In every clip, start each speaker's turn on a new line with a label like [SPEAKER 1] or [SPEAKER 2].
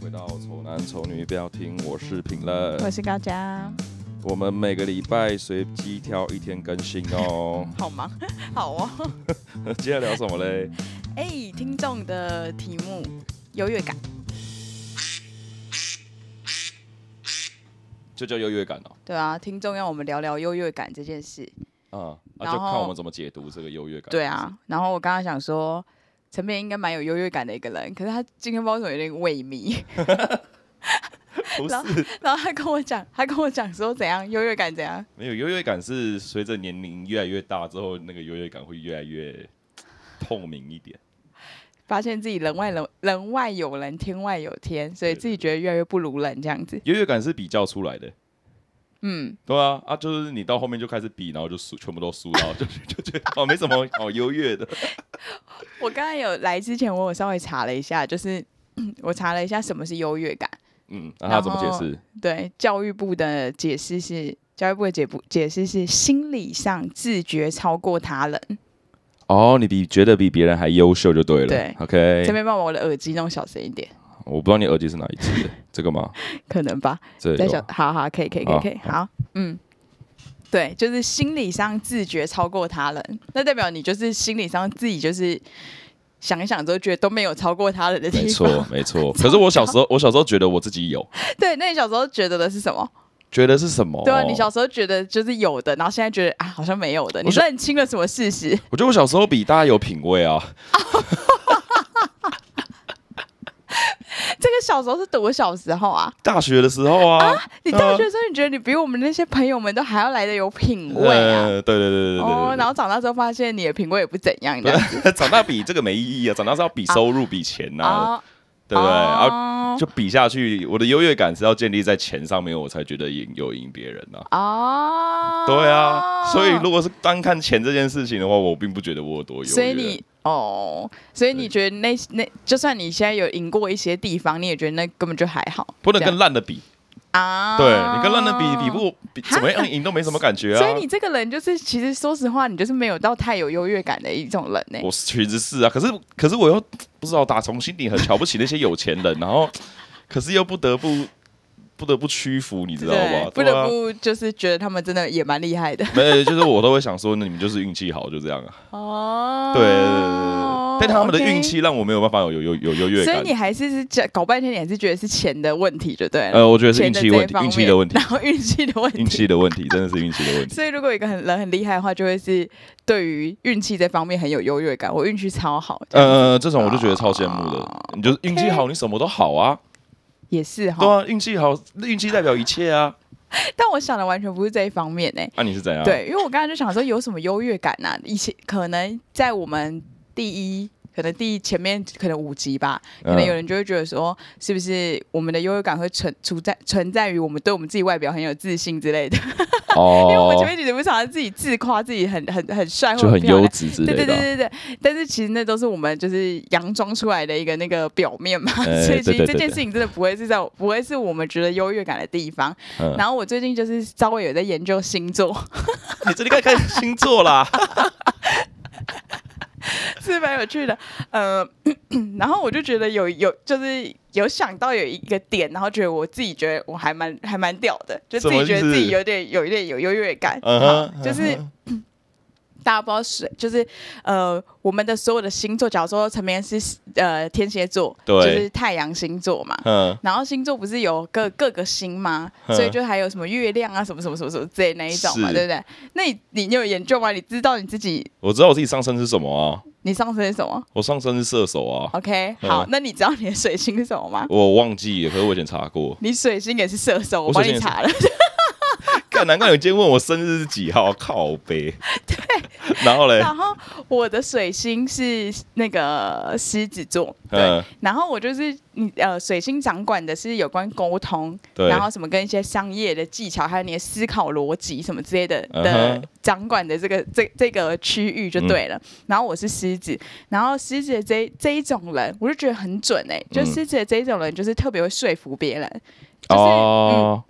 [SPEAKER 1] 回到丑男丑女不要听，我是评论。
[SPEAKER 2] 我是高嘉，
[SPEAKER 1] 我们每个礼拜随机挑一天更新哦。
[SPEAKER 2] 好忙， 好哦。
[SPEAKER 1] 今天聊什么嘞？
[SPEAKER 2] 哎、听众的题目优越感，
[SPEAKER 1] 就叫优越感哦。
[SPEAKER 2] 对啊，听众要我们聊聊优越感这件事。
[SPEAKER 1] 啊、啊，
[SPEAKER 2] 然
[SPEAKER 1] 就
[SPEAKER 2] 后
[SPEAKER 1] 看我们怎么解读这个优越感。
[SPEAKER 2] 对啊，然后我刚刚想说，陈明应该蛮有优越感的一个人，可是他今天不知道为什么有点萎靡，
[SPEAKER 1] 是不是，
[SPEAKER 2] 然
[SPEAKER 1] 不是
[SPEAKER 2] 然后他跟我讲，他跟我讲说怎样优越感怎样，
[SPEAKER 1] 没有优越感是随着年龄越来越大之后，那个优越感会越来越透明一点。
[SPEAKER 2] 发现自己人外人人外有人，天外有天，所以
[SPEAKER 1] 对
[SPEAKER 2] 自己觉得越来越不如人这样子。
[SPEAKER 1] 优越感是比较出来的。
[SPEAKER 2] 嗯，
[SPEAKER 1] 对啊，啊，就是你到后面就开始比，然后就输，全部都输，然后就就觉得哦，没什么好优越的。
[SPEAKER 2] 我刚才有来之前，我有稍微查了一下，就是 我查了一下什么是优越感。
[SPEAKER 1] 嗯，那他怎么解释？
[SPEAKER 2] 对，教育部的解释是，教育部的解不解释是心理上自觉超过他人。
[SPEAKER 1] 哦，你比觉得比别人还优秀就对了。
[SPEAKER 2] 对 这
[SPEAKER 1] ，OK。
[SPEAKER 2] 边帮我的耳机弄小声一点，
[SPEAKER 1] 我不知道你耳机是哪一只 的，这个吗？
[SPEAKER 2] 可能吧。
[SPEAKER 1] 这
[SPEAKER 2] 再
[SPEAKER 1] 里
[SPEAKER 2] 小
[SPEAKER 1] 吧，
[SPEAKER 2] 好好，可以，可以，可以，
[SPEAKER 1] 哦好
[SPEAKER 2] 可以，好，嗯。对，就是心理上自觉超过他人，那代表你就是心理上自己就是想一想之后觉得都没有超过他人的地方。
[SPEAKER 1] 没错，没错。可是我小时候，我小时候觉得我自己有，
[SPEAKER 2] 对，那你小时候觉得的是什么？
[SPEAKER 1] 觉得是什么？
[SPEAKER 2] 对啊，你小时候觉得就是有的，然后现在觉得啊好像没有的，
[SPEAKER 1] 哦
[SPEAKER 2] 你
[SPEAKER 1] 我小
[SPEAKER 2] 认清了什么事实？
[SPEAKER 1] 我觉得我小时候比大家有品味啊。
[SPEAKER 2] 这个小时候是多小时候啊？
[SPEAKER 1] 大学的时候啊，
[SPEAKER 2] 你大学的时候，你觉得你比我们那些朋友们都还要来的有品味啊？
[SPEAKER 1] 呃，对对对对对
[SPEAKER 2] 哦，然
[SPEAKER 1] 对
[SPEAKER 2] 后长大之后发现你的品味也不怎样的
[SPEAKER 1] 对对。长大比这个没意义啊，长大是要比收入、比钱呐，
[SPEAKER 2] 啊，
[SPEAKER 1] 对不对？然后
[SPEAKER 2] 哦
[SPEAKER 1] 就比下去，我的优越感是要建立在钱上面，我才觉得赢有赢别人啊呐。
[SPEAKER 2] 哦，
[SPEAKER 1] 对啊，所以如果是单看钱这件事情的话，我并不觉得我有多优越。
[SPEAKER 2] 所以你哦，所以
[SPEAKER 1] 对
[SPEAKER 2] 你觉得那那就算你现在有赢过一些地方，你也觉得那根本就还好，
[SPEAKER 1] 不能
[SPEAKER 2] 这样
[SPEAKER 1] 跟烂的比，
[SPEAKER 2] 啊，
[SPEAKER 1] 对你跟烂的比，比。不比
[SPEAKER 2] 哈
[SPEAKER 1] 怎么样赢都没什么感觉啊。
[SPEAKER 2] 所以你这个人就是，其实说实话，你就是没有到太有优越感的一种人欸呢、
[SPEAKER 1] 我确实是啊，可是可是我又不知道，打从心底很瞧不起那些有钱人，然后 可是又不得不不得不屈服，你知道吧
[SPEAKER 2] 对，？不
[SPEAKER 1] 对啊
[SPEAKER 2] 得。不就是觉得他们真的也蛮厉害的。
[SPEAKER 1] 没有，就是我都会想说，那你们就是运气好，就这样啊。
[SPEAKER 2] 哦，
[SPEAKER 1] 对对对对对，但他们的
[SPEAKER 2] OK
[SPEAKER 1] 运，气让我没有办法有有有有优越
[SPEAKER 2] 所以
[SPEAKER 1] 感。
[SPEAKER 2] 你还是是讲搞半天，你还是觉得是钱的问题，就对了。
[SPEAKER 1] 呃，我觉得是
[SPEAKER 2] 钱
[SPEAKER 1] 运
[SPEAKER 2] 的
[SPEAKER 1] 气
[SPEAKER 2] 这一
[SPEAKER 1] 问题，
[SPEAKER 2] 方
[SPEAKER 1] 运气
[SPEAKER 2] 面
[SPEAKER 1] 的问题
[SPEAKER 2] 然，后运气的问题，
[SPEAKER 1] 运气的问题，真的是运气的问题。
[SPEAKER 2] 所以如果有一个很人很厉害的话，就会是对于运气这方面很有优越感。我运气超好，这样
[SPEAKER 1] 呃，这种我就觉得超羡慕的
[SPEAKER 2] 哦。
[SPEAKER 1] 你就是运气好，你什么都好啊，
[SPEAKER 2] 也是
[SPEAKER 1] 对
[SPEAKER 2] 哈。
[SPEAKER 1] 啊，运气好，运气代表一切啊。
[SPEAKER 2] 但我想的完全不是这一方面呢、
[SPEAKER 1] 啊，你是怎样？，
[SPEAKER 2] 对，因为我刚才就想说有什么优越感呐、以前可能在我们第一，可能第一前面可能五集吧，可
[SPEAKER 1] 嗯
[SPEAKER 2] 能有人就会觉得说，是不是我们的优越感会存存在存在于我们对我们自己外表很有自信之类的？ 因为我们前
[SPEAKER 1] 哦，
[SPEAKER 2] 面几集不常常自己自夸自己很很很帅或
[SPEAKER 1] 就很
[SPEAKER 2] 漂亮
[SPEAKER 1] 优质之
[SPEAKER 2] 对
[SPEAKER 1] 类
[SPEAKER 2] 对
[SPEAKER 1] 的
[SPEAKER 2] 对
[SPEAKER 1] 啊。
[SPEAKER 2] 对对，但是其实那都是我们就是佯装出来的一个那个表面嘛，
[SPEAKER 1] 哎
[SPEAKER 2] 所以其
[SPEAKER 1] 对对对
[SPEAKER 2] 实这件事情真的不会是在不会是我们觉得优越感的地方。
[SPEAKER 1] 嗯
[SPEAKER 2] 然后我最近就是稍微有在研究星座，
[SPEAKER 1] 你这里该看星座 啦。
[SPEAKER 2] 是蛮有趣的。呃，然后我就觉得有有就是有想到有一个点，然后觉得我自己觉得我还蛮还蛮屌的，就自
[SPEAKER 1] 什么
[SPEAKER 2] 己
[SPEAKER 1] 意
[SPEAKER 2] 觉得
[SPEAKER 1] 思
[SPEAKER 2] 自己有点有一点有优越感。
[SPEAKER 1] 嗯哼，
[SPEAKER 2] 就是
[SPEAKER 1] 嗯哼
[SPEAKER 2] 大家不知道谁，就是呃，我们的所有的星座，假如说陈明是呃天蝎座，
[SPEAKER 1] 对
[SPEAKER 2] 就是太阳星座嘛。
[SPEAKER 1] 嗯，
[SPEAKER 2] 然后星座不是有各各个星吗？
[SPEAKER 1] 嗯
[SPEAKER 2] 所以就还有什么月亮啊，什么什么什么什么之类那一种嘛，
[SPEAKER 1] 是
[SPEAKER 2] 对不对？那你你你有研究吗？你知道你自己
[SPEAKER 1] 我知道我自己上身是什么啊，
[SPEAKER 2] 你上升是什么
[SPEAKER 1] 我上身是射手啊，
[SPEAKER 2] ？OK，
[SPEAKER 1] 嗯
[SPEAKER 2] 好，那你知道你的水星是什么吗？。
[SPEAKER 1] 我忘记了，可是我以前查过
[SPEAKER 2] 你水星也是射手，
[SPEAKER 1] 我
[SPEAKER 2] 我帮
[SPEAKER 1] 水
[SPEAKER 2] 你
[SPEAKER 1] 星
[SPEAKER 2] 查了，
[SPEAKER 1] 看，难怪有今天问我生日是几号，靠背。对。然后嘞，
[SPEAKER 2] 然后我的水星是那个狮子座，对，
[SPEAKER 1] 嗯，
[SPEAKER 2] 然后我就是你呃，水星掌管的是有关沟通，
[SPEAKER 1] 对
[SPEAKER 2] 然后什么跟一些商业的技巧，还有你的思考逻辑什么之类的
[SPEAKER 1] 嗯哼嗯
[SPEAKER 2] 的掌管的这个这这个区域就对了。然后我是狮子，然后狮子的这这一种人，我就觉得很准哎、就
[SPEAKER 1] 嗯
[SPEAKER 2] 狮子的这一种人就是特别会说服别人，就是、
[SPEAKER 1] 哦，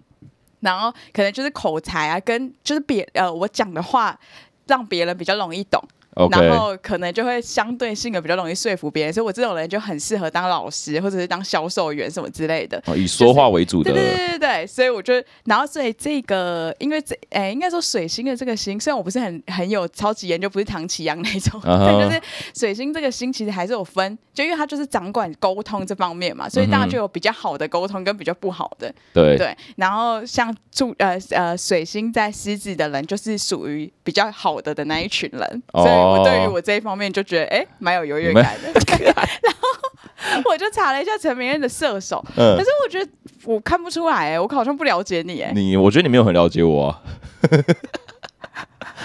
[SPEAKER 2] 然后可能就是口才啊，跟就是别呃我讲的话让别人比较容易懂。
[SPEAKER 1] OK，
[SPEAKER 2] 然后可能就会相对性格比较容易说服别人，所以我这种人就很适合当老师或者是当销售员什么之类的。
[SPEAKER 1] 哦以说话为主的
[SPEAKER 2] 对对对对对，所以我就，然后所以这个，因为这，哎，应该说水星的这个星，虽然我不是很很有超级研究，不是唐启阳那种，
[SPEAKER 1] 啊哈
[SPEAKER 2] 但就是水星这个星其实还是有分，就因为它就是掌管沟通这方面嘛，所以
[SPEAKER 1] 嗯
[SPEAKER 2] 当然就有比较好的沟通跟比较不好的。
[SPEAKER 1] 对
[SPEAKER 2] 对，然后像住呃呃水星在狮子的人，就是属于比较好的的那一群人，
[SPEAKER 1] 哦
[SPEAKER 2] 所以我对于我这一方面就觉得哎，蛮有优越感的。
[SPEAKER 1] 啊
[SPEAKER 2] 然后我就查了一下陈明恩的射手，可
[SPEAKER 1] 嗯，
[SPEAKER 2] 是我觉得我看不出来、哎，我好像不了解你、哎，
[SPEAKER 1] 你我觉得你没有很了解我 啊。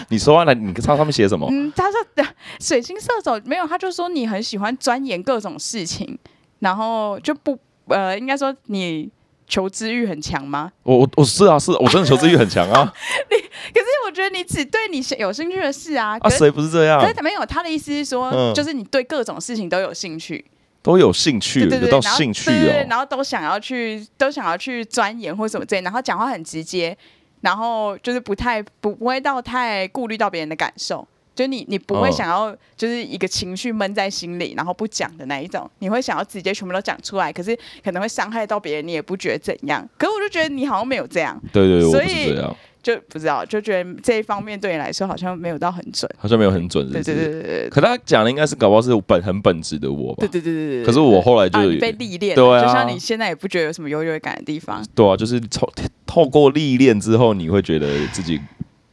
[SPEAKER 1] 你说完了，你知道上面写什么？
[SPEAKER 2] 嗯，他说 水星射手没有，他就说你很喜欢钻研各种事情，然后就不呃，应该说你求知欲很强吗？
[SPEAKER 1] 我我我是啊是啊，我真的求知欲很强 啊
[SPEAKER 2] 可是我觉得你只对你有兴趣的事啊，
[SPEAKER 1] 啊！
[SPEAKER 2] 可是
[SPEAKER 1] 谁不是这样
[SPEAKER 2] 可？是没有，他的意思是说，
[SPEAKER 1] 嗯
[SPEAKER 2] 就是你对各种事情都有兴趣，
[SPEAKER 1] 都有兴趣，
[SPEAKER 2] 对对对，
[SPEAKER 1] 有到
[SPEAKER 2] 然后
[SPEAKER 1] 兴趣
[SPEAKER 2] 对对对，
[SPEAKER 1] 哦。
[SPEAKER 2] 然后都想要去，都想要去钻研或什么之类，然后讲话很直接，然后就是不太不不会到太顾虑到别人的感受，就你你不会
[SPEAKER 1] 嗯
[SPEAKER 2] 想要就是一个情绪闷在心里，然后不讲的那一种，你会想要直接全部都讲出来，可是可能会伤害到别人，你也不觉得怎样。可是我就觉得你好像没有这样，
[SPEAKER 1] 对对对，我
[SPEAKER 2] 所
[SPEAKER 1] 不
[SPEAKER 2] 以
[SPEAKER 1] 是这样，
[SPEAKER 2] 就不知道，就觉得这一方面对你来说好像没有到很准。
[SPEAKER 1] 好像没有很准，是
[SPEAKER 2] 对
[SPEAKER 1] 不是？
[SPEAKER 2] 对对对对
[SPEAKER 1] 可他讲的应该是搞不好是本很本质的我吧
[SPEAKER 2] 对对？对对对。
[SPEAKER 1] 可是我后来就
[SPEAKER 2] 啊，
[SPEAKER 1] 有
[SPEAKER 2] 你被历练了，
[SPEAKER 1] 对啊
[SPEAKER 2] 就像你现在也不觉得有什么优越感的地方。
[SPEAKER 1] 对啊，就是透透过历练之后，你会觉得自己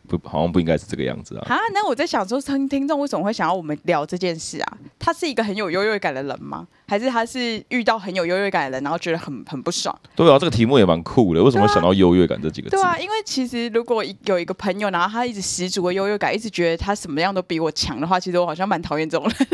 [SPEAKER 1] 不好像不应该是这个样子啊。
[SPEAKER 2] 啊，那我在想说，听听众为什么会想要我们聊这件事啊？他是一个很有优越感的人吗？还是他是遇到很有优越感的人，然后觉得很很不爽？
[SPEAKER 1] 对啊，这个题目也蛮酷的，为什么会想到优越感这几个字？
[SPEAKER 2] 对啊，因为其实如果一有一个朋友，然后他一直十足的优越感，一直觉得他什么样都比我强的话，其实我好像蛮讨厌这种人。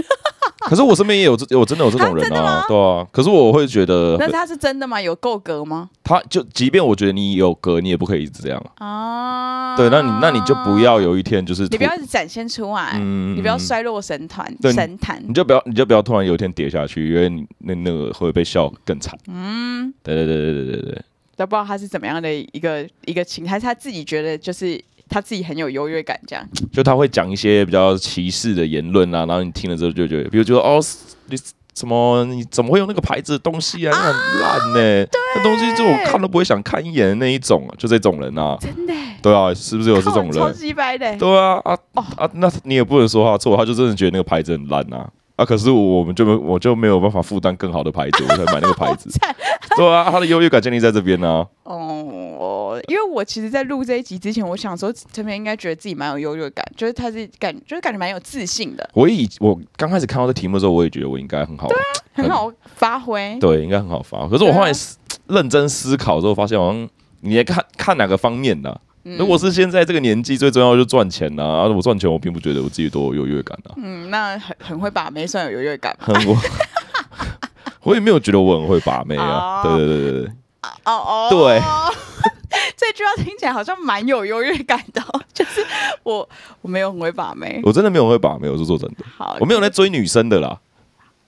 [SPEAKER 1] 可是我身边也有这，我真的有这种
[SPEAKER 2] 啊
[SPEAKER 1] 人
[SPEAKER 2] 真的
[SPEAKER 1] 啊
[SPEAKER 2] 吗，
[SPEAKER 1] 对啊。可是我会觉得
[SPEAKER 2] 那，他是真的吗？有够格吗？
[SPEAKER 1] 他就即便我觉得你有格，你也不可以一直这样啊。
[SPEAKER 2] 啊，
[SPEAKER 1] 对，那你那你就不要，有一天就是
[SPEAKER 2] 你
[SPEAKER 1] 突
[SPEAKER 2] 不要一直展现出来，
[SPEAKER 1] 嗯
[SPEAKER 2] 你不要衰落神坛，
[SPEAKER 1] 对你
[SPEAKER 2] 神坛
[SPEAKER 1] 你。就不要，你就不要突然有一天跌下去，因为你那那个会被笑更惨。嗯，对对对对对对对，
[SPEAKER 2] 都不知道他是怎么样的一个一个情，还是他自己觉得就是他自己很有优越感这样。
[SPEAKER 1] 就他会讲一些比较歧视的言论啊，然后你听了之后就觉得，比如就说哦，你什么你怎么会用那个牌子的东西啊，那很烂呢、那东西就我看都不会想看一眼的那一种啊，就这种人啊，
[SPEAKER 2] 真的欸，
[SPEAKER 1] 对啊，是不是有这种
[SPEAKER 2] 靠超
[SPEAKER 1] 人？
[SPEAKER 2] 级白的欸。
[SPEAKER 1] 对啊啊啊，那你也不能说他错，他就真的觉得那个牌子很烂啊。啊！可是我们就没我就没有办法负担更好的牌子，我才买那个牌 子。对啊，他的优越感建立在这边啊呢、
[SPEAKER 2] 哦，因为我其实，在录这一集之前，我想说陈明应该觉得自己蛮有优越感，就是他是感，就是感觉蛮有自信的，
[SPEAKER 1] 我以我刚开始看到这题目的时候，我也觉得我应该很好，
[SPEAKER 2] 啊很好发挥。
[SPEAKER 1] 对，应该很好发。可是我后来
[SPEAKER 2] 啊
[SPEAKER 1] 思、认真思考之后，发现好像你也看看哪个方面呢、
[SPEAKER 2] 嗯
[SPEAKER 1] 如果是现在这个年纪，最重要就是赚钱呐、啊。我赚钱，我并不觉得我自己多有优越感啊。
[SPEAKER 2] 嗯，那很很会把妹，算有优越感
[SPEAKER 1] 很我 我也没有觉得我很会把妹啊。
[SPEAKER 2] 哦
[SPEAKER 1] 对对对对对，
[SPEAKER 2] 啊哦哦，
[SPEAKER 1] 对。
[SPEAKER 2] 这句话听起来好像蛮有优越感的哦、就是我我没有很会把妹，
[SPEAKER 1] 我真的没有很会把妹，我是说真的，
[SPEAKER 2] 好，
[SPEAKER 1] 我没有在追女生的啦。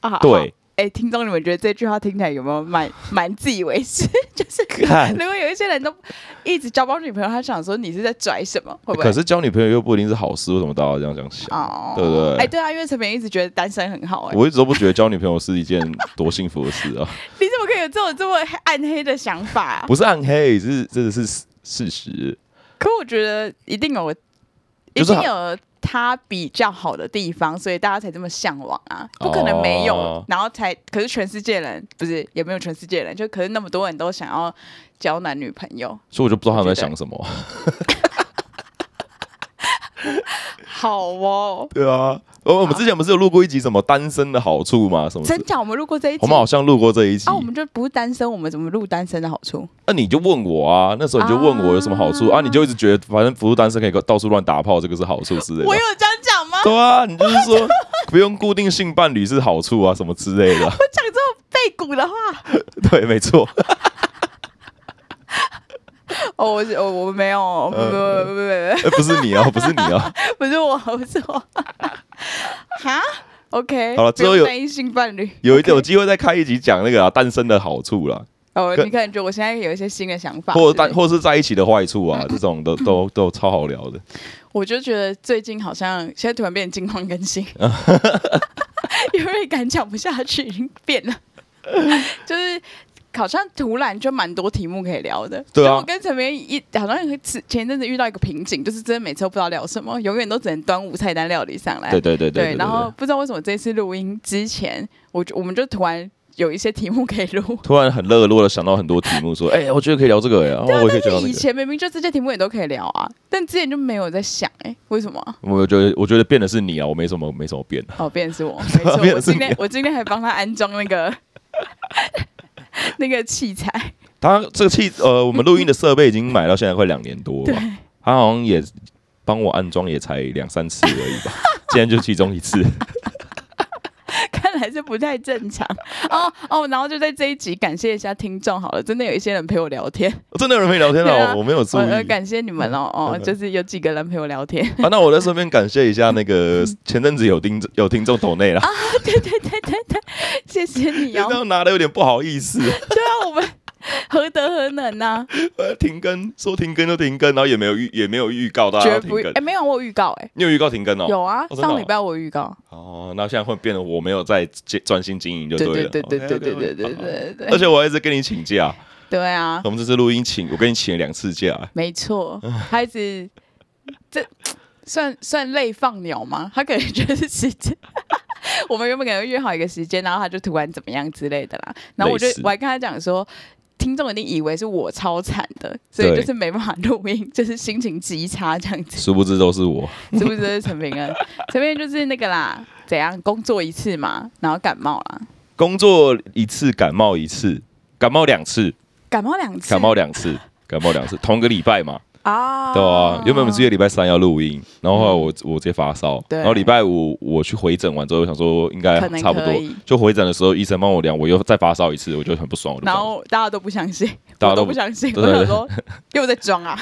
[SPEAKER 2] 啊，好
[SPEAKER 1] 对，
[SPEAKER 2] 哎、听众，你们觉得这句话听起来有没有蛮蛮自以为是？ 就是
[SPEAKER 1] 看
[SPEAKER 2] 如果有一些人都一直交不到女朋友，他想说你是在拽什么？会不会？
[SPEAKER 1] 可是交女朋友又不一定是好事，为什么大家要这样想想？
[SPEAKER 2] 哦
[SPEAKER 1] 对不对
[SPEAKER 2] 哎、对啊，因为陈明一直觉得单身很好、哎，
[SPEAKER 1] 我一直都不觉得交女朋友是一件多幸福的事 啊。
[SPEAKER 2] 你怎么可以有这种这么暗黑的想法、啊？
[SPEAKER 1] 不是暗黑，是真的是事事实。
[SPEAKER 2] 可我觉得一定有，一
[SPEAKER 1] 就是
[SPEAKER 2] 定有他比较好的地方，所以大家才这么向往啊，不可能没有，
[SPEAKER 1] 哦
[SPEAKER 2] 然后才可是全世界人不是也没有全世界人，就可是那么多人都想要交男女朋友，
[SPEAKER 1] 所以我就不知道他们在
[SPEAKER 2] 我觉得
[SPEAKER 1] 想什么。
[SPEAKER 2] 好哦。
[SPEAKER 1] 对啊，我我们之前不是有录过一集什么单身的好处吗？什么之？
[SPEAKER 2] 真假？我们录过这一集，
[SPEAKER 1] 我们好像录过这一集
[SPEAKER 2] 啊，。我们就不是单身，我们怎么录单身的好处？
[SPEAKER 1] 那、你就问我啊，那时候你就问我有什么好处啊
[SPEAKER 2] 啊
[SPEAKER 1] 你就一直觉得反正不是单身可以到处乱打炮，这个是好处之类
[SPEAKER 2] 我
[SPEAKER 1] 的。
[SPEAKER 2] 有这样讲吗？
[SPEAKER 1] 对啊，你就是说不用固定性伴侣是好处啊，什么之类的。
[SPEAKER 2] 我讲这种背骨的话，
[SPEAKER 1] 对，没错。
[SPEAKER 2] 哦，我是哦，我没有，不不不不不
[SPEAKER 1] 呃不是你哦，不是你哦。
[SPEAKER 2] 不，不是我，不是我，哈，OK，
[SPEAKER 1] 好了之后有
[SPEAKER 2] 不用单一性伴侣，
[SPEAKER 1] 有一有机会再开一集讲那个啊单身的好处啦。
[SPEAKER 2] 哦，
[SPEAKER 1] 跟
[SPEAKER 2] 你可能觉得我现在有一些新的想法，
[SPEAKER 1] 或者
[SPEAKER 2] 是不
[SPEAKER 1] 在
[SPEAKER 2] 是
[SPEAKER 1] 或是在一起的坏处 啊，这种都都都超好聊的。
[SPEAKER 2] 我就觉得最近好像现在突然变金矿 更新，因为感讲不下去，已经变了，就是。好像突然就蛮多题目可以聊的，
[SPEAKER 1] 对啊
[SPEAKER 2] 就我跟陈明一好像前前阵子遇到一个瓶颈，就是真的每次都不知道聊什么，永远都只能端午菜单料理上来。
[SPEAKER 1] 对哎对对对。
[SPEAKER 2] 然后
[SPEAKER 1] 对
[SPEAKER 2] 不知道为什么这次录音之前，我就我们就突然有一些题目可以录，
[SPEAKER 1] 突然很热络的想到很多题目， 说：“哎、我觉得可以聊这个、哎，然后我也可以聊
[SPEAKER 2] 但
[SPEAKER 1] 那
[SPEAKER 2] 是
[SPEAKER 1] 个。
[SPEAKER 2] 以”前明明就这些题目也都可以聊啊，但之前就没有在想哎、为什么啊？
[SPEAKER 1] 我觉得，我觉得变的是你啊，我没什么，没什么变的。
[SPEAKER 2] 哦，变成是我，没错，
[SPEAKER 1] 变
[SPEAKER 2] 我
[SPEAKER 1] 成是
[SPEAKER 2] 今
[SPEAKER 1] 你
[SPEAKER 2] 天我今天还帮他安装那个那个器材，
[SPEAKER 1] 他这个器，呃，我们录音的设备已经买到现在快两年多了吧，他好像也帮我安装也才两三次而 已吧，今天就其中一次。哦
[SPEAKER 2] 看来是不太正常哦哦。然后就在这一集感谢一下听众好了，真的有一些人陪我聊天，
[SPEAKER 1] 真的有人没聊天
[SPEAKER 2] 对
[SPEAKER 1] 哦，
[SPEAKER 2] 啊
[SPEAKER 1] 我没有注
[SPEAKER 2] 我
[SPEAKER 1] 意。
[SPEAKER 2] 我感谢你们哦哦，就是有几个人陪我聊天，
[SPEAKER 1] 啊，那我在顺便感谢一下那个前阵子有听 有听众抖内
[SPEAKER 2] 啊
[SPEAKER 1] 啦，
[SPEAKER 2] 谢谢你
[SPEAKER 1] 这
[SPEAKER 2] 哦。
[SPEAKER 1] 样拿的有点不好意思，
[SPEAKER 2] 对啊，我们何德何能呐、
[SPEAKER 1] 呃停更说停更就停更，然后也没有预也没有预告大家
[SPEAKER 2] 绝
[SPEAKER 1] 要
[SPEAKER 2] 不
[SPEAKER 1] 停
[SPEAKER 2] 哎、
[SPEAKER 1] 更，
[SPEAKER 2] 没有我有预告哎、
[SPEAKER 1] 你有预告停更哦？
[SPEAKER 2] 有啊，
[SPEAKER 1] 哦真的哦
[SPEAKER 2] 上礼拜我有预告，
[SPEAKER 1] 哦，那现在会变得我没有在接专心经营就
[SPEAKER 2] 对
[SPEAKER 1] 了，
[SPEAKER 2] 对对对对
[SPEAKER 1] OK，OK，
[SPEAKER 2] 对对对
[SPEAKER 1] 好
[SPEAKER 2] 对
[SPEAKER 1] 而
[SPEAKER 2] 对，
[SPEAKER 1] 且我还一直跟你请 假，
[SPEAKER 2] 对啊，
[SPEAKER 1] 我们这次录音请我跟你请了两次假，
[SPEAKER 2] 没错，
[SPEAKER 1] 嗯
[SPEAKER 2] 他一直这算算累放鸟吗？ 他可能觉得是时间。 我们原本可能约好一个时间，然后他就突然怎么样之类的啦。然后我就
[SPEAKER 1] 类似
[SPEAKER 2] 我还跟他讲说，听众一定以为是我超惨的，所以
[SPEAKER 1] 对
[SPEAKER 2] 就是没办法录音， 就是心情极差这样子，
[SPEAKER 1] 殊不知都是我。
[SPEAKER 2] 是不是就是陈平 恩？陈平恩就是那个啦，怎样工作一次嘛，然后感冒啦，
[SPEAKER 1] 工作一次，感冒一次，感冒两次，
[SPEAKER 2] 感冒两次，
[SPEAKER 1] 感冒两次，感冒两次，同个礼拜嘛，
[SPEAKER 2] 啊，
[SPEAKER 1] 对啊。原本我们是约礼拜三要录音，然后后来我我直接发烧，
[SPEAKER 2] 嗯对
[SPEAKER 1] 然后礼拜五我去回诊完之后，我想说应该
[SPEAKER 2] 可能
[SPEAKER 1] 差不多
[SPEAKER 2] 可以，
[SPEAKER 1] 就回诊的时候医生帮我量，我又再发烧一次，我就很不爽，我就
[SPEAKER 2] 然
[SPEAKER 1] 放
[SPEAKER 2] 后大家都不相信，
[SPEAKER 1] 大家都
[SPEAKER 2] 我都
[SPEAKER 1] 不
[SPEAKER 2] 不相信，
[SPEAKER 1] 对
[SPEAKER 2] 我想说又在装啊，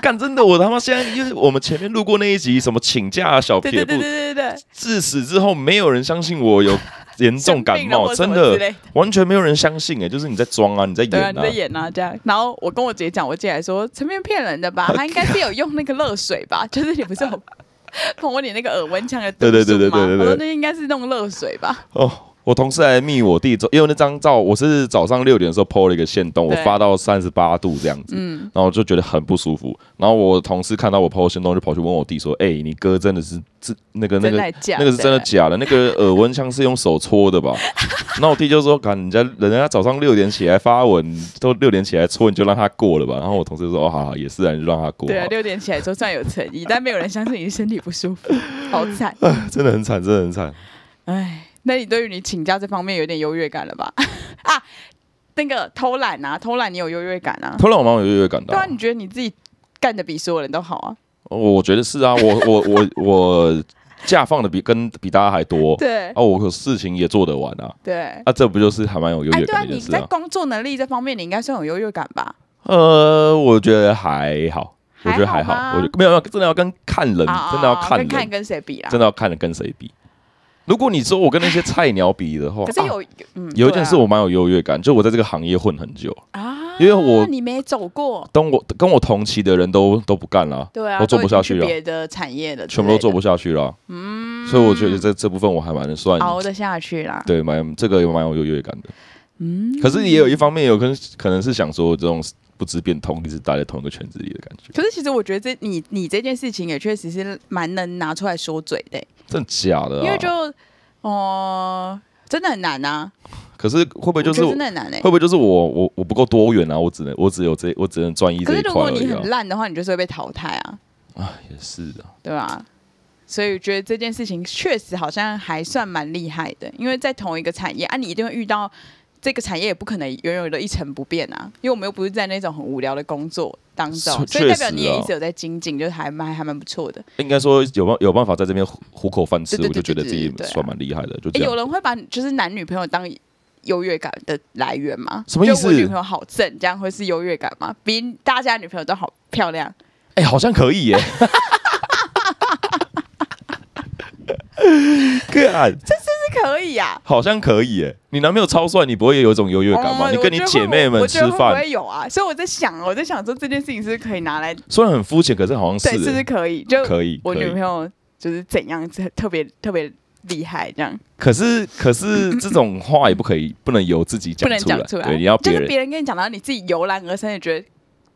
[SPEAKER 1] 干真的，我他妈现在因为我们前面录过那一集什么请假啊小
[SPEAKER 2] 对
[SPEAKER 1] 撇
[SPEAKER 2] 对
[SPEAKER 1] 步
[SPEAKER 2] 对，对对对，
[SPEAKER 1] 自此之后没有人相信我 有严重感
[SPEAKER 2] 生病了
[SPEAKER 1] 冒，
[SPEAKER 2] 或什
[SPEAKER 1] 真
[SPEAKER 2] 么之
[SPEAKER 1] 的
[SPEAKER 2] 类的，
[SPEAKER 1] 完全没有人相信哎、就是你在装啊，你在
[SPEAKER 2] 对啊，
[SPEAKER 1] 演
[SPEAKER 2] 你
[SPEAKER 1] 啊
[SPEAKER 2] 在，演啊这样。然后我跟我姐讲，我姐还说陈面骗人 的吧，她应该是有用那个热水吧， 就是你不是有碰过你那个耳温枪的毒素吗？
[SPEAKER 1] 对对对对对对对
[SPEAKER 2] 我说那应该是弄热水吧，
[SPEAKER 1] 哦。我同事来密我弟，因为那张照我是早上六点的时候 PO 了一个线动，我
[SPEAKER 2] 对
[SPEAKER 1] 发到三十八度这样子，
[SPEAKER 2] 嗯，
[SPEAKER 1] 然后就觉得很不舒服。然后我同事看到我 PO 线动，就跑去问我弟说：“哎、你哥真的是这那个那
[SPEAKER 2] 真
[SPEAKER 1] 个
[SPEAKER 2] 的假？
[SPEAKER 1] 那个是真的假的，那个耳温枪是用手搓的吧？ 那我弟就说，看人家人家早上六点起来发文，都六点起来搓，你就让他过了吧。然后我同事说，哦，好好，也是啊，你就让他过。
[SPEAKER 2] 对啊，
[SPEAKER 1] 好
[SPEAKER 2] 六点起来就算有诚意，但没有人相信你身体不舒服，好 惨。
[SPEAKER 1] 真的很惨，真的很惨。
[SPEAKER 2] 哎，那你对于你请假这方面有点优越感了吧？ 啊，那个偷懒啊，偷懒你有优越感啊？
[SPEAKER 1] 突然我妈有优越感到
[SPEAKER 2] 对，啊，你觉得你自己干的比所有人都好啊？
[SPEAKER 1] 我觉得是啊，我我我我假放的比跟比大家还多，
[SPEAKER 2] 对
[SPEAKER 1] 啊，我可事情也做得完啊，
[SPEAKER 2] 对。
[SPEAKER 1] 啊，这不就是还蛮有优
[SPEAKER 2] 哎，
[SPEAKER 1] 越
[SPEAKER 2] 对啊，
[SPEAKER 1] 感的一
[SPEAKER 2] 你
[SPEAKER 1] 件事
[SPEAKER 2] 在
[SPEAKER 1] 啊？
[SPEAKER 2] 工作能力这方面，你应该算有优越感吧？
[SPEAKER 1] 呃，我觉得还好，我觉得还好
[SPEAKER 2] 还好吗，
[SPEAKER 1] 我觉得没有要真的要跟看嗯人，真
[SPEAKER 2] 啊
[SPEAKER 1] 的要看
[SPEAKER 2] 跟
[SPEAKER 1] 人，
[SPEAKER 2] 看跟谁比啦？
[SPEAKER 1] 真的要看跟谁比。如果你说我跟那些菜鸟比的话，
[SPEAKER 2] 可是
[SPEAKER 1] 啊
[SPEAKER 2] 有有嗯，
[SPEAKER 1] 有一
[SPEAKER 2] 对
[SPEAKER 1] 件
[SPEAKER 2] 啊
[SPEAKER 1] 事我蛮有优越感，就我在这个行业混很久，
[SPEAKER 2] 啊，
[SPEAKER 1] 因为我
[SPEAKER 2] 你没走过，
[SPEAKER 1] 当我跟我同期的人都都不干了，
[SPEAKER 2] 对啊，
[SPEAKER 1] 都做不
[SPEAKER 2] 已经
[SPEAKER 1] 下去了
[SPEAKER 2] 别的产业了之类的，
[SPEAKER 1] 全部都做不下去了，嗯，所以我觉得这这部分我还蛮算
[SPEAKER 2] 熬得下去啦。
[SPEAKER 1] 对蛮这个也蛮有优越感的。
[SPEAKER 2] 嗯，
[SPEAKER 1] 可是也有一方面有跟可能是想说这种不知变通，一直待在同一个圈子里的感觉，
[SPEAKER 2] 可是其实我觉得这你你这件事情也确实是蛮能拿出来说嘴的欸，
[SPEAKER 1] 真的假的
[SPEAKER 2] 因为就
[SPEAKER 1] 啊？
[SPEAKER 2] 哦、真的很难啊，
[SPEAKER 1] 可是会不会
[SPEAKER 2] 我
[SPEAKER 1] 就
[SPEAKER 2] 觉
[SPEAKER 1] 是
[SPEAKER 2] 得
[SPEAKER 1] 会
[SPEAKER 2] 真的很难哎、
[SPEAKER 1] 不会就是我我我不够多元啊？我只能我只有这我只能专一
[SPEAKER 2] 可
[SPEAKER 1] 这
[SPEAKER 2] 是
[SPEAKER 1] 一
[SPEAKER 2] 如
[SPEAKER 1] 块
[SPEAKER 2] 果
[SPEAKER 1] 而
[SPEAKER 2] 你
[SPEAKER 1] 已啊
[SPEAKER 2] 很，烂的话，你就是会被淘汰啊，
[SPEAKER 1] 也是啊。
[SPEAKER 2] 对吧、所以我觉得这件事情确实好像还算蛮厉害的，因为在同一个产业啊，你一定会遇到这个产业也不可能永远的一成不变啊，因为我们又不是在那种很无聊的工作当中，
[SPEAKER 1] 是
[SPEAKER 2] 所以代表
[SPEAKER 1] 确实啊
[SPEAKER 2] 你也一直有在精进，就是还蛮还蛮不错的。
[SPEAKER 1] 应该说有办有办法在这边糊糊口饭吃，
[SPEAKER 2] 对对
[SPEAKER 1] 我就觉得自
[SPEAKER 2] 对对
[SPEAKER 1] 己
[SPEAKER 2] 对对啊
[SPEAKER 1] 算蛮厉害的，就
[SPEAKER 2] 诶
[SPEAKER 1] 这样。
[SPEAKER 2] 有人会把就是男女朋友当优越感的来源吗？
[SPEAKER 1] 什么意思
[SPEAKER 2] 就我女朋友好正，这样会是优越感吗？比大家女朋友都好漂亮，
[SPEAKER 1] 哎，好像可 以耶。 干，
[SPEAKER 2] 可以啊呀、
[SPEAKER 1] 好像可以耶。你男朋友超帅，你不会有一种优越感吗？
[SPEAKER 2] 哦
[SPEAKER 1] 你跟你姐妹们
[SPEAKER 2] 我
[SPEAKER 1] 吃
[SPEAKER 2] 觉得会我觉得会不
[SPEAKER 1] 饭，
[SPEAKER 2] 会有啊？所以我在想，我在想说这件事情是不是可以拿来，
[SPEAKER 1] 虽然很肤浅，可是好像
[SPEAKER 2] 对，是不
[SPEAKER 1] 耶
[SPEAKER 2] 是可以？就
[SPEAKER 1] 可以，
[SPEAKER 2] 我
[SPEAKER 1] 可
[SPEAKER 2] 女
[SPEAKER 1] 以
[SPEAKER 2] 朋友就是怎样特特别特别厉害这样，
[SPEAKER 1] 可是可是这种话也不可以，不 能由自己
[SPEAKER 2] 不
[SPEAKER 1] 讲
[SPEAKER 2] 能
[SPEAKER 1] 出来
[SPEAKER 2] 讲，出来，
[SPEAKER 1] 对，你要
[SPEAKER 2] 就
[SPEAKER 1] 别
[SPEAKER 2] 是
[SPEAKER 1] 人，
[SPEAKER 2] 别人跟你讲，然后你自己油然而生的觉得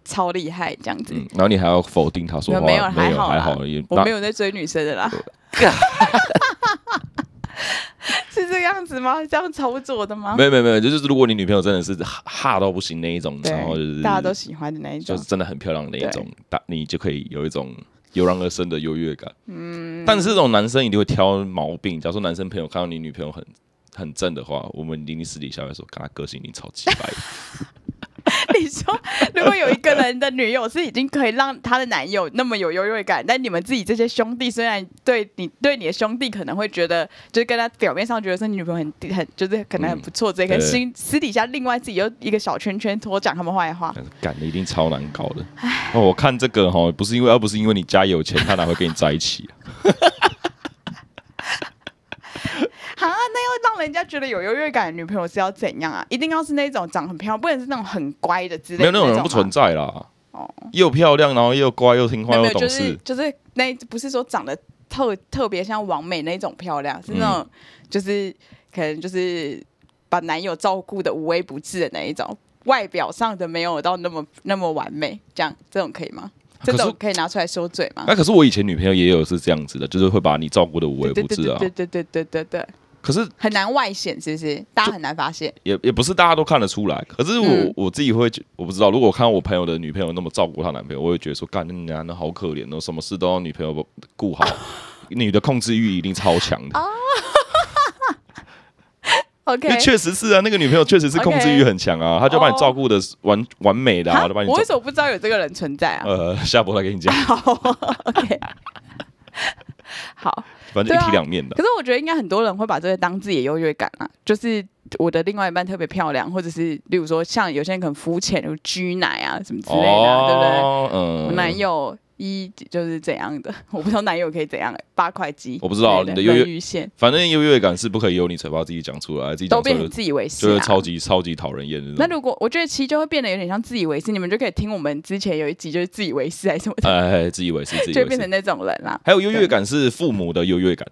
[SPEAKER 2] 超厉害这样子。
[SPEAKER 1] 嗯，然后你还要否定他说话，
[SPEAKER 2] 没有
[SPEAKER 1] 没
[SPEAKER 2] 还
[SPEAKER 1] 有
[SPEAKER 2] 好
[SPEAKER 1] 还
[SPEAKER 2] 啦
[SPEAKER 1] 好，也
[SPEAKER 2] 我
[SPEAKER 1] 那
[SPEAKER 2] 没有在追女生的 啦。 是这个样子吗？这样操作的吗？
[SPEAKER 1] 没有没有没有，就是如果你女朋友真的是哈哈到不行那一种，
[SPEAKER 2] 对
[SPEAKER 1] 然后就是
[SPEAKER 2] 大家都喜欢的那一
[SPEAKER 1] 就
[SPEAKER 2] 种
[SPEAKER 1] 是。真的很漂亮的那一种，大你就可以有一种油然而生的优越感。嗯，但是这种男生一定会挑毛病。假如说男生朋友看到你女朋友很很正的话，我们一定私底下会说，跟他个性一定超级白。
[SPEAKER 2] 你说，如果有一个人的女友是已经可以让她的男友那么有优越感，但你们自己这些兄弟虽然对你对你的兄弟可能会觉得，就是跟他表面上觉得是你女朋友很很就是可能很不错，这个
[SPEAKER 1] 对
[SPEAKER 2] 心私底下另外自己又一个小圈圈多讲他们坏话。
[SPEAKER 1] 但是干的一定超难搞的。哦，我看这个哈，不是因为，要不是因为你家有钱，他哪会跟你在一起啊、
[SPEAKER 2] 啊，那要让人家觉得有优越感的女朋友是要怎样啊？一定要是那种长很漂亮，不能是那种很乖的之类
[SPEAKER 1] 没有那
[SPEAKER 2] 的
[SPEAKER 1] 种人
[SPEAKER 2] 吗
[SPEAKER 1] 不存在啦。
[SPEAKER 2] 哦
[SPEAKER 1] 又漂亮，然后又乖，又听话，
[SPEAKER 2] 没有没
[SPEAKER 1] 又
[SPEAKER 2] 有
[SPEAKER 1] 懂
[SPEAKER 2] 就
[SPEAKER 1] 事
[SPEAKER 2] 是。就是那不是说长得特特别像王美那种漂亮，
[SPEAKER 1] 嗯
[SPEAKER 2] 是那种、就是可能就是把男友照顾的无微不至的那一种，外表上的没有到那么那么完美，这样这种可以吗？
[SPEAKER 1] 啊可
[SPEAKER 2] 这
[SPEAKER 1] 是
[SPEAKER 2] 种可以拿出来说嘴吗
[SPEAKER 1] 那、？啊可是我以前女朋友也有是这样子的，就是会把你照顾的无微
[SPEAKER 2] 对对
[SPEAKER 1] 不
[SPEAKER 2] 对
[SPEAKER 1] 至啊。
[SPEAKER 2] 对对对对对对，
[SPEAKER 1] 可是
[SPEAKER 2] 很难外显，是不是？大家很难发现。
[SPEAKER 1] 也也不是大家都看得出来。可是我、
[SPEAKER 2] 嗯
[SPEAKER 1] 我自己会觉，我不知道，如果我看到我朋友的女朋友那么照顾她男朋友，我会觉得说，干那男的好可怜哦，什么事都要女朋友顾 好，女的控制欲一定超强的。因
[SPEAKER 2] 哦 OK，
[SPEAKER 1] 为确实是啊，那个女朋友确实是控制欲很强啊，她就把你照顾的完、完美的、啊，
[SPEAKER 2] 哦哈
[SPEAKER 1] 就把你
[SPEAKER 2] 我为哦
[SPEAKER 1] 照
[SPEAKER 2] 什么不知道有这个人存在啊？
[SPEAKER 1] 呃下播来跟你讲，
[SPEAKER 2] 好，OK，好。
[SPEAKER 1] 反
[SPEAKER 2] 啊
[SPEAKER 1] 正一体两面的。
[SPEAKER 2] 可是我觉得应该很多人会把这个当自己的优越感啊，就是我的另外一半特别漂亮，或者是例如说像有些人可能肤浅，如 G 奶啊什么之类的啊、对不对？
[SPEAKER 1] 哦，嗯，
[SPEAKER 2] 我男友一就是怎样的， 我不知道男友可以怎样、八块肌之类，
[SPEAKER 1] 我不知道你的优越
[SPEAKER 2] 人鱼线
[SPEAKER 1] 反正优越感是不可以由你嘴巴自己讲出来，自己讲
[SPEAKER 2] 都
[SPEAKER 1] 出
[SPEAKER 2] 变
[SPEAKER 1] 来
[SPEAKER 2] 成
[SPEAKER 1] 就
[SPEAKER 2] 自以为是、
[SPEAKER 1] 就
[SPEAKER 2] 啊，
[SPEAKER 1] 会超级超级讨人厌的
[SPEAKER 2] 那
[SPEAKER 1] 那种。
[SPEAKER 2] 如果我觉得七就会变得有点像自以为是，你们就可以听我们之前有一集就是自以为是还是什么的，
[SPEAKER 1] 哎哎，自以为是，自以
[SPEAKER 2] 就会
[SPEAKER 1] 为
[SPEAKER 2] 变
[SPEAKER 1] 是
[SPEAKER 2] 成。那种人啦、啊
[SPEAKER 1] 还有优越感是父母的优越感，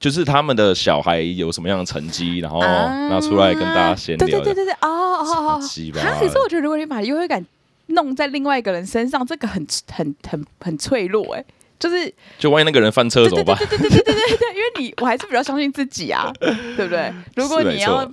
[SPEAKER 1] 就是他们的小孩有什么样的成绩，然后
[SPEAKER 2] 啊
[SPEAKER 1] 拿哦出来跟大家闲聊。
[SPEAKER 2] 对对对对对，哦哦哦
[SPEAKER 1] 超，
[SPEAKER 2] 哦
[SPEAKER 1] 级吧
[SPEAKER 2] 啊，可是我觉得如果你把优越感弄在另外一个人身上，这个很很很很脆弱哎、就是
[SPEAKER 1] 就万一那个人翻车
[SPEAKER 2] 对
[SPEAKER 1] 怎
[SPEAKER 2] 对
[SPEAKER 1] 么办？
[SPEAKER 2] 对对对对对对对对，因为你我还是比较相信自己啊，对不对？如果
[SPEAKER 1] 没
[SPEAKER 2] 你要
[SPEAKER 1] 错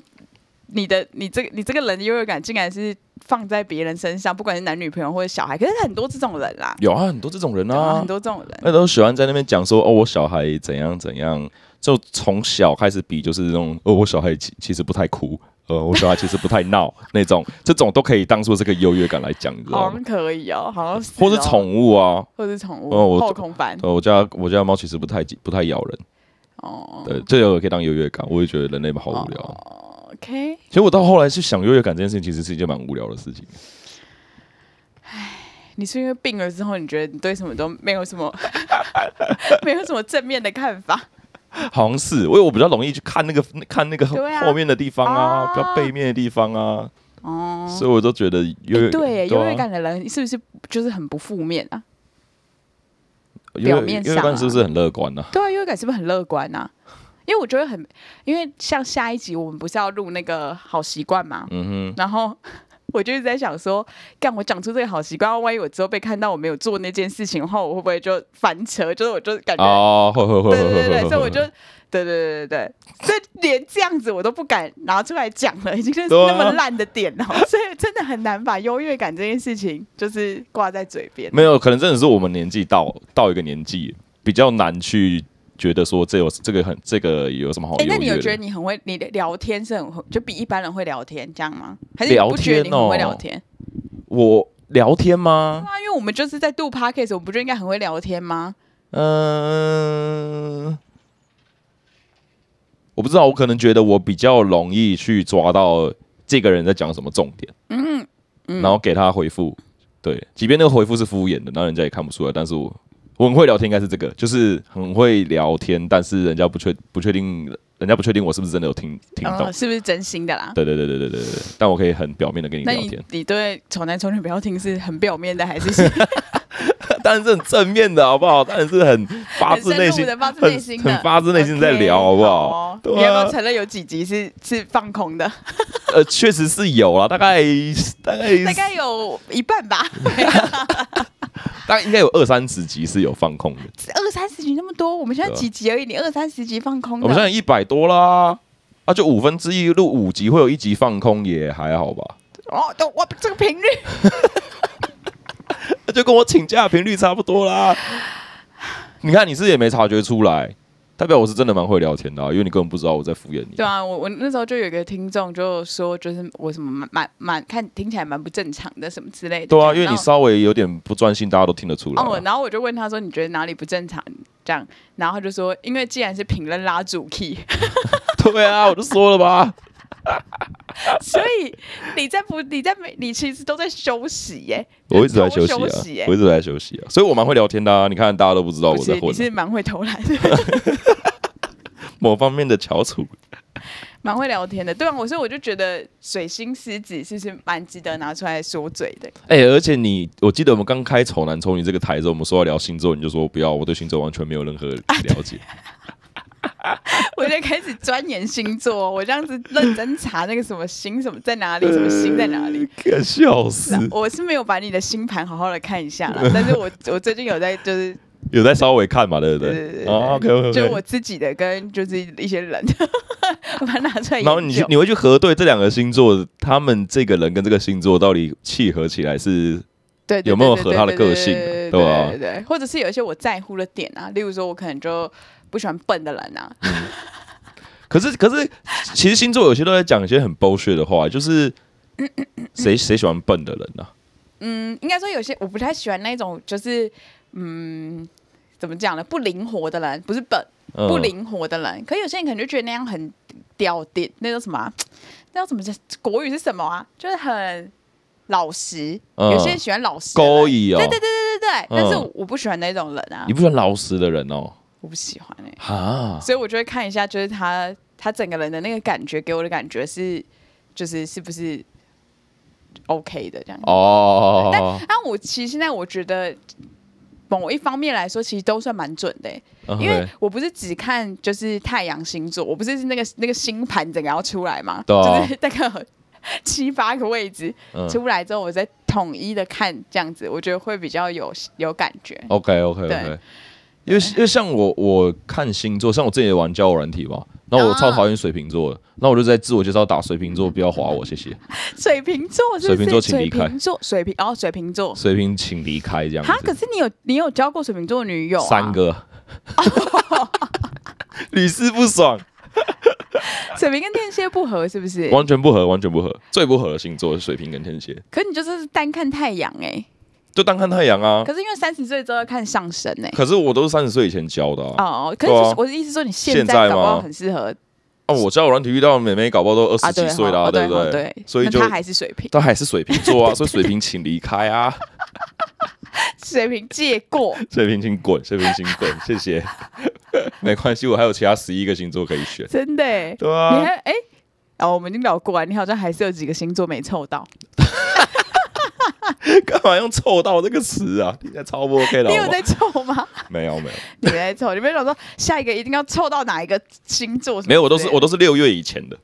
[SPEAKER 2] 你的你这个你这个人的优越感竟然是放在别人身上，不管是男女朋友或者小孩，可是很多这种人啦，
[SPEAKER 1] 有啊，很多这种人
[SPEAKER 2] 对啊
[SPEAKER 1] 啊
[SPEAKER 2] 很，多这种人，
[SPEAKER 1] 那都喜欢在那边讲说哦，我小孩怎样怎样，就从小开始比，就是那种哦，我小孩其其实不太哭，呃，我小孩其实不太闹 那种，这种都可以当做这个优越感来讲，你知道
[SPEAKER 2] 好
[SPEAKER 1] 吗
[SPEAKER 2] 像？可以哦，好像是、
[SPEAKER 1] 或是，宠物啊，
[SPEAKER 2] 或是宠物、
[SPEAKER 1] 哦我
[SPEAKER 2] 后空翻
[SPEAKER 1] 呃，我家我家的猫其实不太不太咬人，
[SPEAKER 2] 哦
[SPEAKER 1] 对，这个可以当优越感，我也觉得人类好无聊。
[SPEAKER 2] ，OK，
[SPEAKER 1] 其实我到后来去想优越感这件事情，其实是一件蛮无聊的事情。
[SPEAKER 2] 你是因为病了之后，你觉得你对什么都没有 什么，没有什么正面的看法？
[SPEAKER 1] 好像是，因为我比较容易去看那个看那个
[SPEAKER 2] 对啊
[SPEAKER 1] 后面的地方啊，
[SPEAKER 2] 啊
[SPEAKER 1] 比较背面的地方啊，
[SPEAKER 2] 哦，
[SPEAKER 1] 所以我都觉得优越
[SPEAKER 2] 诶对，优
[SPEAKER 1] 啊
[SPEAKER 2] 越感的人是不是就是很不负面啊？
[SPEAKER 1] 优越
[SPEAKER 2] 表面
[SPEAKER 1] 优
[SPEAKER 2] 上啊
[SPEAKER 1] 越感是不是很乐观呢、
[SPEAKER 2] 对啊，优越感是不是很乐观啊？因为我觉得很，因为像下一集我们不是要录那个好习惯嘛，
[SPEAKER 1] 嗯
[SPEAKER 2] 然后 我就是在想说，干我讲出这个好习惯，万一我之后被看到我没有做那件事情的话，我会不会就翻车？就是我就
[SPEAKER 1] 哼，
[SPEAKER 2] 感觉
[SPEAKER 1] 哦，会会会
[SPEAKER 2] 对
[SPEAKER 1] 会会会
[SPEAKER 2] 对对对，
[SPEAKER 1] 会，
[SPEAKER 2] 所以我
[SPEAKER 1] 会
[SPEAKER 2] 就对对对对对，所以连这样子我都不敢拿出来讲了，已经是
[SPEAKER 1] 对啊
[SPEAKER 2] 那么烂的点了， 所以真的很难把优越感这件事情就是挂在嘴边。
[SPEAKER 1] 没有，可能真的是我们年纪到到一个年纪，比较难去觉得说这有这个很这个有什么好
[SPEAKER 2] 哎、
[SPEAKER 1] 优
[SPEAKER 2] 那你有
[SPEAKER 1] 越
[SPEAKER 2] 觉得
[SPEAKER 1] 的。
[SPEAKER 2] 你很会，你的聊天是很会，就比一般人会聊天这样吗？还是你
[SPEAKER 1] 聊
[SPEAKER 2] 不觉得你
[SPEAKER 1] 天
[SPEAKER 2] 很会
[SPEAKER 1] 哦
[SPEAKER 2] 聊天？
[SPEAKER 1] 我聊天吗
[SPEAKER 2] 对？啊，因为我们就是在度 podcast，我们不就应该很会聊天吗？
[SPEAKER 1] 嗯、我不知道，我可能觉得我比较容易去抓到这个人在讲什么重点，
[SPEAKER 2] 嗯
[SPEAKER 1] 嗯，然后给他回复，对，即便那个回复是敷衍的，然后人家也看不出来，但是我我很会聊天，应该是这个，就是很会聊天，但是人家不确不确定，人家不确定我是不是真的有听听懂
[SPEAKER 2] 嗯，。是不是真心的啦？
[SPEAKER 1] 对对对对对对对对，但我可以很表面的跟你
[SPEAKER 2] 那
[SPEAKER 1] 聊
[SPEAKER 2] 你
[SPEAKER 1] 天，
[SPEAKER 2] 你对丑男丑女不要听是很表面的，还是是
[SPEAKER 1] 当然是很正面的，好不好？当然是很发
[SPEAKER 2] 很
[SPEAKER 1] 自
[SPEAKER 2] 深
[SPEAKER 1] 内
[SPEAKER 2] 入
[SPEAKER 1] 心、
[SPEAKER 2] 的发自内心
[SPEAKER 1] 很
[SPEAKER 2] 的
[SPEAKER 1] 很发自内心在聊，好不好？
[SPEAKER 2] 好哦
[SPEAKER 1] 对啊
[SPEAKER 2] 你要不要承认有几集是 是放 空的？
[SPEAKER 1] 呃，确实是有啦，大概大概
[SPEAKER 2] 大概有一半吧，
[SPEAKER 1] 大概应该有二三十集是有放空的。
[SPEAKER 2] 二三十集那么多，我们现在
[SPEAKER 1] 对啊
[SPEAKER 2] 几集而已，你二三十集放空
[SPEAKER 1] 我们现在
[SPEAKER 2] 的，
[SPEAKER 1] 一百多啦，啊，就五分之一录五集，会有一集放空，也还好吧？
[SPEAKER 2] 哦，都哇，这个频率，
[SPEAKER 1] 那就跟我请假的频率差不多啦。你看，你是也没察觉出来，代表我是真的蛮会聊天的、啊，因为你根本不知道我在敷衍你。
[SPEAKER 2] 对啊，我我那时候就有一个听众就说，就是我什么蛮蛮蛮看听起来蛮不正常的什么之类的，
[SPEAKER 1] 对啊，
[SPEAKER 2] 这
[SPEAKER 1] 因
[SPEAKER 2] 样
[SPEAKER 1] 为你稍微有点不专心，大家都听得出来
[SPEAKER 2] 然
[SPEAKER 1] 啊、
[SPEAKER 2] 后哦，然后我就问他说，你觉得哪里不正常？这样，然后他就说，因为既然是评论拉主 key，
[SPEAKER 1] 对啊，我就说了吧，
[SPEAKER 2] 所以你在不你在没你其实都在休息耶，
[SPEAKER 1] 我一直在休息
[SPEAKER 2] 偷
[SPEAKER 1] 啊，
[SPEAKER 2] 息耶欸
[SPEAKER 1] 我一直在休息啊，所以我蛮会聊天的、啊。你看，大家都不知道我
[SPEAKER 2] 不
[SPEAKER 1] 在
[SPEAKER 2] 是
[SPEAKER 1] 混
[SPEAKER 2] 你
[SPEAKER 1] 啊、
[SPEAKER 2] 是蛮会偷懒的，
[SPEAKER 1] 某方面的翘楚。
[SPEAKER 2] 蛮会聊天的，对啊，我所以我就觉得水星狮子是不是蛮值得拿出来说嘴的？
[SPEAKER 1] 哎、而且你，我记得我们刚开《丑男丑女》这个台的时候，我们说要聊星座，你就说不要，我对星座完全没有任何了解。
[SPEAKER 2] 啊我就开始钻研星座，我这样子认真查那个什么星什么在哪
[SPEAKER 1] 哎
[SPEAKER 2] 里，什么星在哪里。
[SPEAKER 1] 可哎笑死！
[SPEAKER 2] 我是没有把你的星盘好好的看一下啦，但是我我最近有在就是
[SPEAKER 1] 有在稍微看嘛，对不
[SPEAKER 2] 对
[SPEAKER 1] 对？
[SPEAKER 2] 对对对
[SPEAKER 1] 啊，OK OK
[SPEAKER 2] 就我自己的跟就是一些人， 我把它拿出来研究。
[SPEAKER 1] 然后你去你会去核对这两个星座，他们这个人跟这个星座到底契合起来是
[SPEAKER 2] 对对
[SPEAKER 1] 有没有
[SPEAKER 2] 对
[SPEAKER 1] 合
[SPEAKER 2] 对
[SPEAKER 1] 他的
[SPEAKER 2] 对对
[SPEAKER 1] 个性
[SPEAKER 2] 对对
[SPEAKER 1] 对吧
[SPEAKER 2] 对对对，或者是有一些我在乎的点啊，例如说我可能就不喜欢笨的人啊，
[SPEAKER 1] 可是可是，其实星座有些都在讲一些很 bullshit 的话，就是谁谁喜欢笨的人啊？
[SPEAKER 2] 嗯，应该说有些我不太喜欢那种就是嗯怎么讲呢，不灵活的人，不是笨，
[SPEAKER 1] 嗯
[SPEAKER 2] 不灵活的人，可有些人可能就觉得那样很屌点，那叫什么啊、那叫怎么讲？国语是什么啊？就是很老实，
[SPEAKER 1] 嗯
[SPEAKER 2] 有些人喜欢老实的人，
[SPEAKER 1] 勾引哦
[SPEAKER 2] 对，对对对对对，但是
[SPEAKER 1] 嗯
[SPEAKER 2] 我不喜欢那种人啊
[SPEAKER 1] 你，不喜欢老实的人哦？
[SPEAKER 2] 我不喜欢哎、
[SPEAKER 1] 哈，
[SPEAKER 2] 所以我就会看一下，就是他他整个人的那个感觉，给我的感觉是，就是是不是 OK 的这样。
[SPEAKER 1] 哦，
[SPEAKER 2] 但我其实现在我觉得，某一方面来说，其实都算蛮准的欸、
[SPEAKER 1] 嗯
[SPEAKER 2] 因为
[SPEAKER 1] 对
[SPEAKER 2] 我不是只看就是太阳星座，我不是那个那个星盘整个要出来嘛，
[SPEAKER 1] 对啊
[SPEAKER 2] 就是大概有 七八个位置、
[SPEAKER 1] 嗯
[SPEAKER 2] 出来之后，我再统一的看这样子，我觉得会比较有有感觉。
[SPEAKER 1] OK OK
[SPEAKER 2] 对
[SPEAKER 1] OK，因为因为像我我看星座，像我之前也玩交友软体嘛，然后我
[SPEAKER 2] 啊
[SPEAKER 1] 超讨厌水瓶座的，那我就在自我介绍打水瓶座，不要划我，谢谢，
[SPEAKER 2] 哦水瓶座是不是？
[SPEAKER 1] 水瓶座请离开
[SPEAKER 2] 水瓶座，水瓶哦，水瓶座。
[SPEAKER 1] 水瓶请离开这样
[SPEAKER 2] 哈，可
[SPEAKER 1] 子，
[SPEAKER 2] 是你有你有交过水瓶座的女友、啊？
[SPEAKER 1] 三。个， 屡试不爽，
[SPEAKER 2] 水瓶跟天蝎不合是不是？
[SPEAKER 1] 完全不合，完全不合，最不合的星座是水瓶跟天蝎，
[SPEAKER 2] 可你就是单看太阳哎、
[SPEAKER 1] 就当看太阳啊，
[SPEAKER 2] 可是因为三十岁之后要看上升哎、
[SPEAKER 1] 可是我都是三十岁以前交的啊，
[SPEAKER 2] 哦，可是
[SPEAKER 1] 对啊
[SPEAKER 2] 我的意思说，你现
[SPEAKER 1] 现
[SPEAKER 2] 在
[SPEAKER 1] 在
[SPEAKER 2] 搞不好
[SPEAKER 1] 吗
[SPEAKER 2] 很适合
[SPEAKER 1] 哦，我交友软体遇到的妹妹，搞不好都二
[SPEAKER 2] 啊，
[SPEAKER 1] 十
[SPEAKER 2] 对
[SPEAKER 1] 几岁啦，
[SPEAKER 2] 哦
[SPEAKER 1] 对不
[SPEAKER 2] 哦
[SPEAKER 1] 对？
[SPEAKER 2] 对，
[SPEAKER 1] 所以
[SPEAKER 2] 那
[SPEAKER 1] 就
[SPEAKER 2] 他还是水瓶，
[SPEAKER 1] 但还是水瓶 座啊，所以水瓶请离开啊。
[SPEAKER 2] 水瓶借过，
[SPEAKER 1] 水瓶请滚，水瓶请滚， 谢谢。 没关系，我还有其他十一个星座可以选。
[SPEAKER 2] 真的欸。
[SPEAKER 1] 对
[SPEAKER 2] 你
[SPEAKER 1] 啊，
[SPEAKER 2] 还哎，哦，我们已经聊过了，你好像还是有几个星座没凑到，
[SPEAKER 1] 干嘛用“凑到”这个词啊？听起来超不 OK 的
[SPEAKER 2] 你有
[SPEAKER 1] 好吗？
[SPEAKER 2] 在凑吗？
[SPEAKER 1] 没有没有
[SPEAKER 2] 你没在凑，你没想说下一个一定要凑到哪一个星座什么之
[SPEAKER 1] 没
[SPEAKER 2] 类的？
[SPEAKER 1] 有，我都是我都是六月以前的，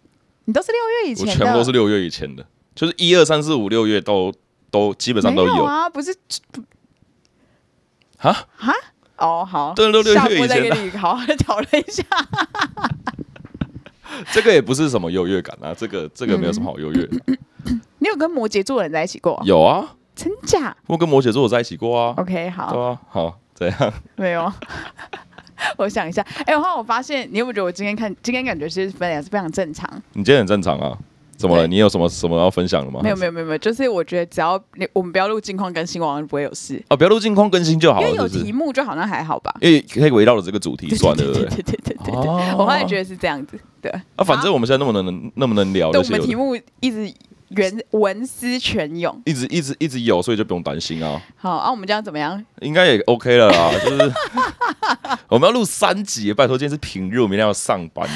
[SPEAKER 2] 你都是六月以
[SPEAKER 1] 我
[SPEAKER 2] 前的，
[SPEAKER 1] 全部都是六月以前的，就是一二三四五六月都都基本上都
[SPEAKER 2] 没有
[SPEAKER 1] 有。
[SPEAKER 2] 啊，不是
[SPEAKER 1] 啊，
[SPEAKER 2] 哈？哦，好，
[SPEAKER 1] 对六月
[SPEAKER 2] 下播
[SPEAKER 1] 以
[SPEAKER 2] 再
[SPEAKER 1] 前的
[SPEAKER 2] 跟你好好的讨论一下。
[SPEAKER 1] 这个也不是什么优越感啊，这个这个没有什么好优越的。
[SPEAKER 2] 你有跟摩羯座的人在一起过？
[SPEAKER 1] 有啊，
[SPEAKER 2] 真假
[SPEAKER 1] 我跟摩羯座在一起过啊，
[SPEAKER 2] ？OK，好
[SPEAKER 1] 对，啊，好，怎样？
[SPEAKER 2] 没有。我想一下，哎、然后我发现，你有没有觉得我今天看，今天感觉其实分也是非常正常。
[SPEAKER 1] 你今天很正常啊，怎么了？
[SPEAKER 2] 对
[SPEAKER 1] 你有什么什么要分享的吗？
[SPEAKER 2] 没有没有没有没有，就是我觉得只要你我们不要录近况跟新闻，好像不会有事，
[SPEAKER 1] 啊，不要录镜框更新就好
[SPEAKER 2] 因
[SPEAKER 1] 了，是
[SPEAKER 2] 为有
[SPEAKER 1] 不是？
[SPEAKER 2] 题目就好像还好吧。
[SPEAKER 1] 因为可以围绕着这个主题转，对不对
[SPEAKER 2] 对？对对对对，
[SPEAKER 1] 哦
[SPEAKER 2] 我后来觉得是这样子，对。
[SPEAKER 1] 啊，反正我们现在那么能、那么能聊
[SPEAKER 2] 对
[SPEAKER 1] 这
[SPEAKER 2] 我
[SPEAKER 1] 些
[SPEAKER 2] 们
[SPEAKER 1] 有
[SPEAKER 2] 题
[SPEAKER 1] 的，
[SPEAKER 2] 目一直文文思泉涌。
[SPEAKER 1] 一直一直一直有，所以就不用担心啊，
[SPEAKER 2] 好，啊，我们这样怎么样？
[SPEAKER 1] 应该也 OK 了 啦。就是我们要录三集，拜托，今天是平日，我明天要上班。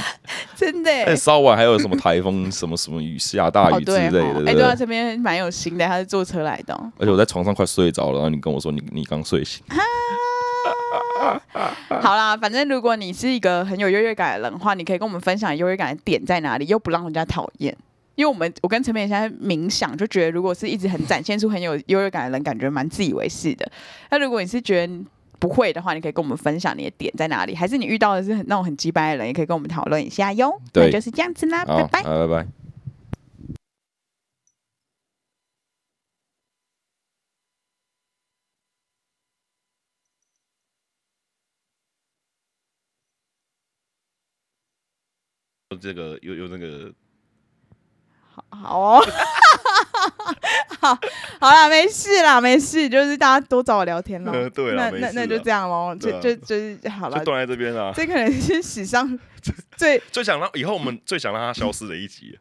[SPEAKER 2] 真的欸、
[SPEAKER 1] 哎，稍晚还有什么台风、什么什么雨、下大雨
[SPEAKER 2] 哦
[SPEAKER 1] 之类
[SPEAKER 2] 对哦，
[SPEAKER 1] 的，对不对？
[SPEAKER 2] 哎、对啊，这边蛮有心的，他是坐车来的哦、
[SPEAKER 1] 而且我在床上快睡着了，然后你跟我说你你刚睡醒，啊
[SPEAKER 2] 好啦，反正如果你是一个很有优越感的人的话，你可以跟我们分享优越感的点在哪里，又不让人家讨厌。因为我们我跟陈美现在冥想，就觉得如果是一直很展现出很有优越感的人，感觉蛮自以为是的。那如果你是觉得不会的话，你可以跟我们分享你的点在哪里，还是你遇到的是很那种很鸡掰的人，也可以跟我们讨论一下哟。
[SPEAKER 1] 对
[SPEAKER 2] 那就是这样子啦，
[SPEAKER 1] 好，
[SPEAKER 2] 拜拜。
[SPEAKER 1] 拜拜。这个又又那个
[SPEAKER 2] 好哦， 好，好啦，没事啦，没事，就是大家多找我聊天咯。
[SPEAKER 1] 呃 对啦
[SPEAKER 2] 那
[SPEAKER 1] 没
[SPEAKER 2] 那
[SPEAKER 1] 事
[SPEAKER 2] 那就
[SPEAKER 1] 啦
[SPEAKER 2] 这样咯，
[SPEAKER 1] 对
[SPEAKER 2] 就
[SPEAKER 1] 啊
[SPEAKER 2] 就就是好了
[SPEAKER 1] 就。断在这边了、
[SPEAKER 2] 这可能是史上最，
[SPEAKER 1] 最想让以后我们 最想让它消失的一集。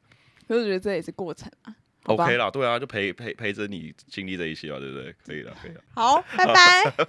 [SPEAKER 2] 可是我觉得这也是过程啊。好吧
[SPEAKER 1] OK 啦，对啊，就陪陪陪着你经历这一些啊，对不对？可以了，可以了。
[SPEAKER 2] 好，拜拜。